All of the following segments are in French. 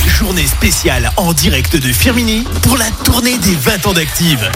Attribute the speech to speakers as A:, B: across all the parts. A: journée spéciale en direct de Firmini pour la tournée des 20 ans d'Active.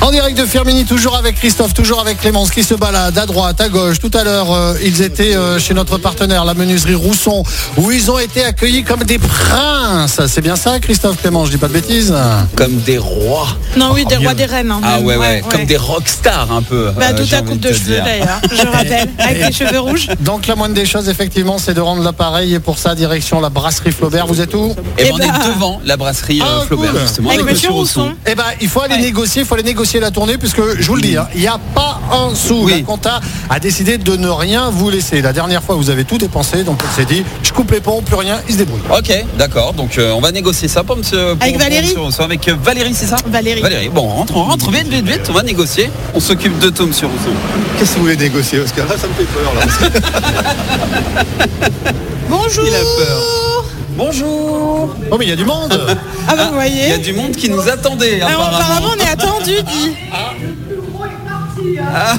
B: En direct de Firmini, toujours avec Christophe, toujours avec Clémence qui se balade à droite, à gauche. Tout à l'heure, euh, ils étaient euh, chez notre partenaire, la menuiserie Rousson, où ils ont été accueillis comme des princes. C'est bien ça, Christophe Clémence, je dis pas de bêtises.
C: Comme des rois.
D: Non, oui, des
B: mieux.
D: rois des reines. hein,
C: Ah
D: même,
C: ouais, ouais, comme des rockstars un peu.
D: Bah,
C: euh,
D: d'où
C: j'ai
D: ta
C: envie
D: coupe
C: de
D: de
C: te
D: cheveux
C: dire.
D: d'ailleurs, je rappelle, avec les cheveux rouges.
B: Donc la moindre des choses, effectivement, c'est de rendre l'appareil. Et pour ça, direction la brasserie Flaubert, vous êtes où
C: Et ben,
D: Eh
C: on
D: ben.
C: est devant la brasserie
B: Ah,
C: euh, Flaubert,
B: cool.
C: justement.
D: Avec Monsieur Rousson.
B: Eh ben, il faut aller négocier, il faut aller négocier la tournée, puisque je vous le dis, hein, il n'y a pas un sou.
C: Oui.
B: La compta a décidé de ne rien vous laisser. La dernière fois, vous avez tout dépensé, donc on s'est dit, je coupe les ponts, plus rien, il se débrouille.
C: Ok, d'accord. Donc euh, on va négocier ça pour monsieur. pour-
D: Avec
C: pour
D: Valérie
C: monsieur Rousseau. Avec euh, Valérie, c'est ça
D: Valérie.
C: Valérie. Bon, on rentre, on rentre, vite, vite, vite. On va négocier. On s'occupe de Tom sur Rousseau.
E: Qu'est-ce que vous voulez négocier Parce que là, ça me fait peur. Là.
D: Bonjour
C: Il a peur. Bonjour.
B: Oh, mais il y a du monde
D: Ah bah vous
C: Il y a
D: voyez
C: du monde qui nous attendait.
D: Ah,
C: apparemment.
D: Apparemment on est attendu, dit. Ah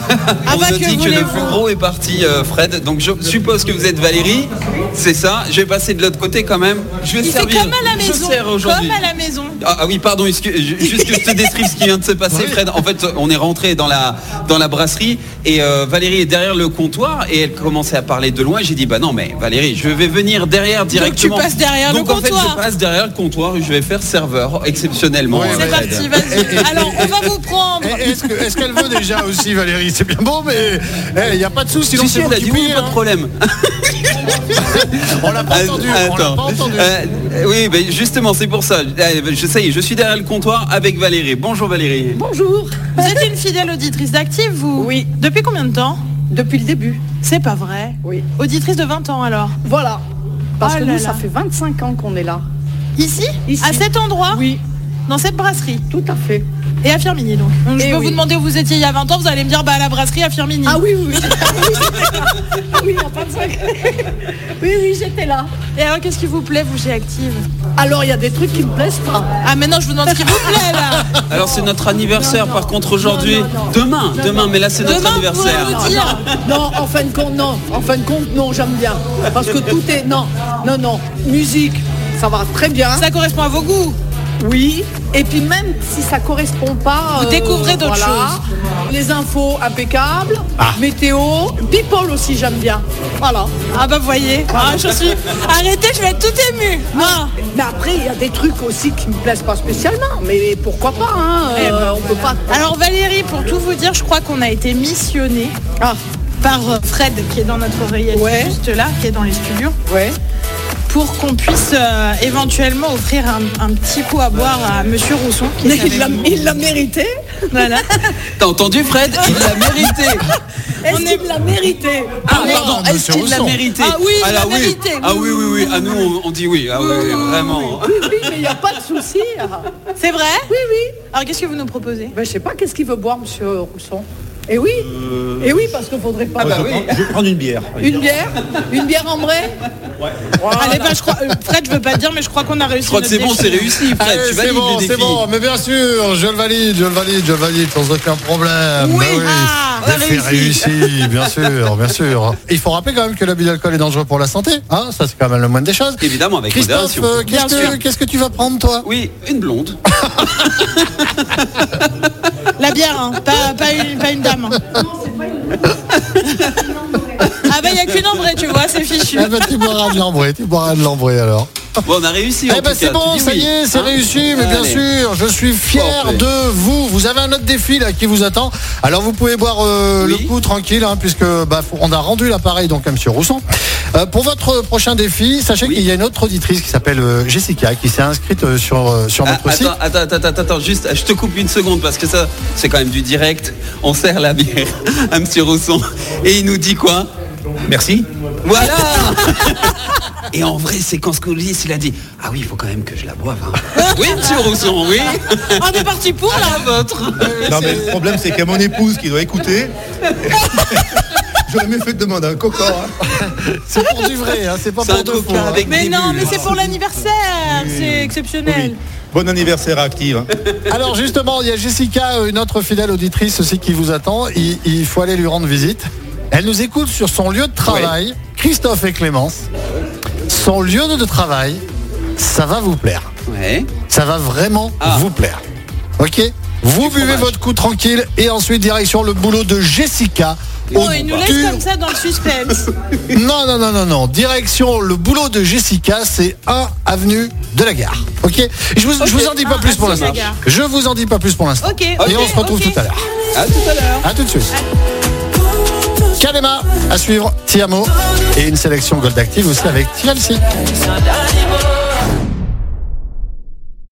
C: on
D: bah
C: nous dit
D: que
C: que le
D: voulez-vous
C: plus gros est parti, euh, Fred. Donc je suppose que vous êtes Valérie. C'est ça. Je vais passer de l'autre côté quand même. Je vais
D: Il fait
C: servir.
D: comme à la
C: Je
D: maison,
C: sers aujourd'hui.
D: comme à la maison.
C: Ah, ah oui, pardon, excuse- ju- juste que je te décrive ce qui vient de se passer, Fred. En fait, on est rentré dans la, dans la brasserie et euh, Valérie est derrière le comptoir et elle commençait à parler de loin. J'ai dit, bah non, mais Valérie, je vais venir derrière directement.
D: tu passes derrière le
C: Donc, en fait,
D: comptoir.
C: je passe derrière le comptoir et je vais faire serveur, exceptionnellement.
B: Ouais,
C: euh,
D: C'est
B: ouais,
C: Fred.
D: parti, vas-y. Alors on
C: eh,
D: va vous prendre.
B: Et Eh, Est-ce que- est-ce qu'elle veut déjà aussi, Valérie C'est bien bon, mais eh, il n'y a pas de sou, sinon
C: Si, si,
B: c'est vous
C: elle a
B: qui
C: dit oui,
B: payez,
C: pas de
B: hein.
C: problème.
B: On l'a pas entendu, on l'a pas
C: Attends.
B: entendu.
C: Euh, euh, oui, ben, justement, c'est pour ça. Euh, Je ça y est, je suis derrière le comptoir avec Valérie. Bonjour Valérie.
F: Bonjour,
C: eh.
D: Vous êtes une fidèle auditrice d'Active, vous
F: Oui.
D: Depuis combien de temps
F: depuis le début.
D: C'est pas vrai.
F: Oui. Ah
D: Auditrice de 20 ans alors.
F: Voilà. Parce
D: Oh
F: que
D: là
F: nous,
D: là.
F: ça fait 25 ans qu'on est là.
D: Ici,
F: Ici.
D: À cet endroit
F: Oui,
D: Dans cette brasserie
F: tout à fait.
D: Et à Firmini donc. Donc, je
F: Eh
D: peux
F: oui.
D: vous demander où vous étiez il y a 20 ans, vous allez me dire bah à la brasserie à Firmini.
F: Ah oui, oui, oui. Ah oui, il y a pas de secret. Oui, oui, j'étais là.
D: Et alors qu'est-ce qui vous plaît vous chez Active
F: Alors, il y a des trucs qui me plaisent pas.
D: Ah maintenant je vous demande ce qui vous plaît là
C: Alors c'est notre anniversaire par contre aujourd'hui. Demain, demain, mais là c'est notre
D: Demain, vous pourrez
C: anniversaire.
D: nous
F: Non,
D: dire
F: non, non, en fin de compte, non. En fin de compte, non, j'aime bien. Parce que tout est... Non, non, non. Musique, ça va très bien.
D: Ça correspond à vos goûts
F: Oui. Et puis même si ça correspond pas,
D: Vous découvrez d'autres
F: choses. Les infos impeccables,
C: Ah.
F: météo, people aussi j'aime bien. Voilà.
D: Ah bah vous voyez, ah, je suis... Arrêtez, je vais être toute émue Ah.
F: Mais après il y a des trucs aussi qui me plaisent pas spécialement, mais pourquoi pas hein,
D: Eh ben,
F: euh, On peut pas.
D: Alors Valérie, pour tout vous dire, je crois qu'on a été missionnés
F: Ah
D: par euh, Fred qui est dans notre oreillette
F: Ouais.
D: juste là, qui est dans les studios,
F: ouais.
D: pour qu'on puisse euh, éventuellement offrir un, un petit coup à boire à Monsieur Rousson. Qui est
F: Mais il
D: avec
F: l'a-
D: nous.
F: il l'a mérité.
D: Voilà.
C: T'as entendu Fred Il l'a mérité.
F: Est-ce qu'il l'a mérité
C: Ah
B: oui,
C: pardon,
B: monsieur
C: est-ce qu'il l'a
B: Rousson.
C: mérité
D: Ah oui, il
C: Alors
D: l'a mérité.
C: Ah oui, oui, oui. Ah nous on, on dit oui. Ah oui, oui, vraiment.
F: Oui, oui, mais il n'y a pas de souci. Ah.
D: C'est vrai
F: Oui, oui.
D: Alors qu'est-ce que vous nous proposez
F: Ben, je sais pas qu'est-ce qu'il veut boire, monsieur Rousson. Eh oui, eh oui, parce qu'il faudrait pas.
C: Euh, Ah bah oui.
E: Je vais prendre une bière.
F: Une bière Une bière en vrai
D: Allez, bah, je crois... euh, Fred, je veux pas te dire, mais je crois qu'on a réussi.
C: Je crois que c'est bon, c'est réussi, Fred.
B: Allez,
C: tu
B: Ah, Eh, c'est
C: valides
B: bon,
C: le
B: c'est
C: défi.
B: bon, mais bien sûr, je le valide, je le valide, je le valide, sans aucun problème.
D: Oui,
B: Bah
D: ah,
B: Mais
D: on a
B: c'est
D: réussi.
B: réussi, bien sûr, bien sûr. Il faut rappeler quand même que l'abus d'alcool est dangereux pour la santé, hein, ça c'est quand même le moindre des choses.
C: Évidemment, avec
B: Christophe,
C: modération.
B: euh, qu'est-ce
D: Bien
B: que-
D: sûr.
B: qu'est-ce que tu vas prendre toi
C: Oui, une blonde.
D: La bière, hein, pas, pas une, pas une dame. hein. Ah bah il n'y a qu'une ambrée, tu vois, c'est fichu.
B: Eh ben, tu boiras de l'ambray, tu boiras de l'ambray alors.
C: Bon, on a réussi. en
B: Eh ben
C: tout
B: c'est
C: cas.
B: bon,
C: Tu dis
B: ça
C: oui.
B: y est, c'est
C: Hein
B: réussi, mais bien
C: Allez.
B: sûr, je suis fier
C: Parfait.
B: de vous. Vous avez un autre défi là qui vous attend. Alors vous pouvez boire euh,
C: Oui.
B: le coup tranquille, hein, puisque bah, faut- on a rendu l'appareil donc à Monsieur Rousson. Euh, pour votre prochain défi, sachez
C: Oui.
B: qu'il y a une autre auditrice qui s'appelle euh, Jessica qui s'est inscrite euh, sur euh, sur
C: Ah,
B: notre site.
C: attends, attends, attends, attends, attends, juste, je te coupe une seconde parce que ça, c'est quand même du direct. On sert la bière à Monsieur Rousson et il nous dit quoi
E: Merci.
C: Voilà Et en vrai, c'est quand Scolis, il a dit Ah oui, il faut quand même que je la boive. hein. Oui, Monsieur Rousson, oui
D: On est parti pour là
C: La vôtre
E: Non, mais le problème, c'est qu'à mon épouse qui doit écouter, j'aurais mieux fait de demander un coca. hein.
B: C'est pour du vrai, hein, c'est pas
C: C'est un
B: pour deux
C: coca
B: fois. hein.
C: avec
D: Mais
C: des
D: non,
C: bulles.
D: mais c'est pour l'anniversaire, c'est
E: Oui.
D: exceptionnel.
E: Bon anniversaire à Active. hein.
B: Alors justement, il y a Jessica, une autre fidèle auditrice aussi qui vous attend. Il, il faut aller lui rendre visite. Elle nous écoute sur son lieu de travail, Christophe et Clémence. Son lieu de travail, ça va vous plaire.
C: Ouais.
B: Ça va vraiment
C: Ah.
B: vous plaire. Ok Vous buvez
C: fromage.
B: votre coup tranquille et ensuite direction le boulot de Jessica.
D: Oh,
B: au
D: il nous laisse
B: dur-
D: comme ça dans le suspense.
B: Non, non, non, non, non. Direction le boulot de Jessica, c'est 1 avenue de la gare. Ok je vous, je vous en dis pas
D: Ah,
B: plus pour
D: avenue de la
B: l'instant.
D: Gare.
B: Je vous en dis pas plus pour l'instant.
D: Ok,
B: Et
D: ok,
B: on se retrouve
D: ok.
B: tout à l'heure.
C: À tout à l'heure.
B: A tout de suite. Kalema, à suivre, Tiamo et une sélection Gold Active aussi avec TLC.
G: Anymore.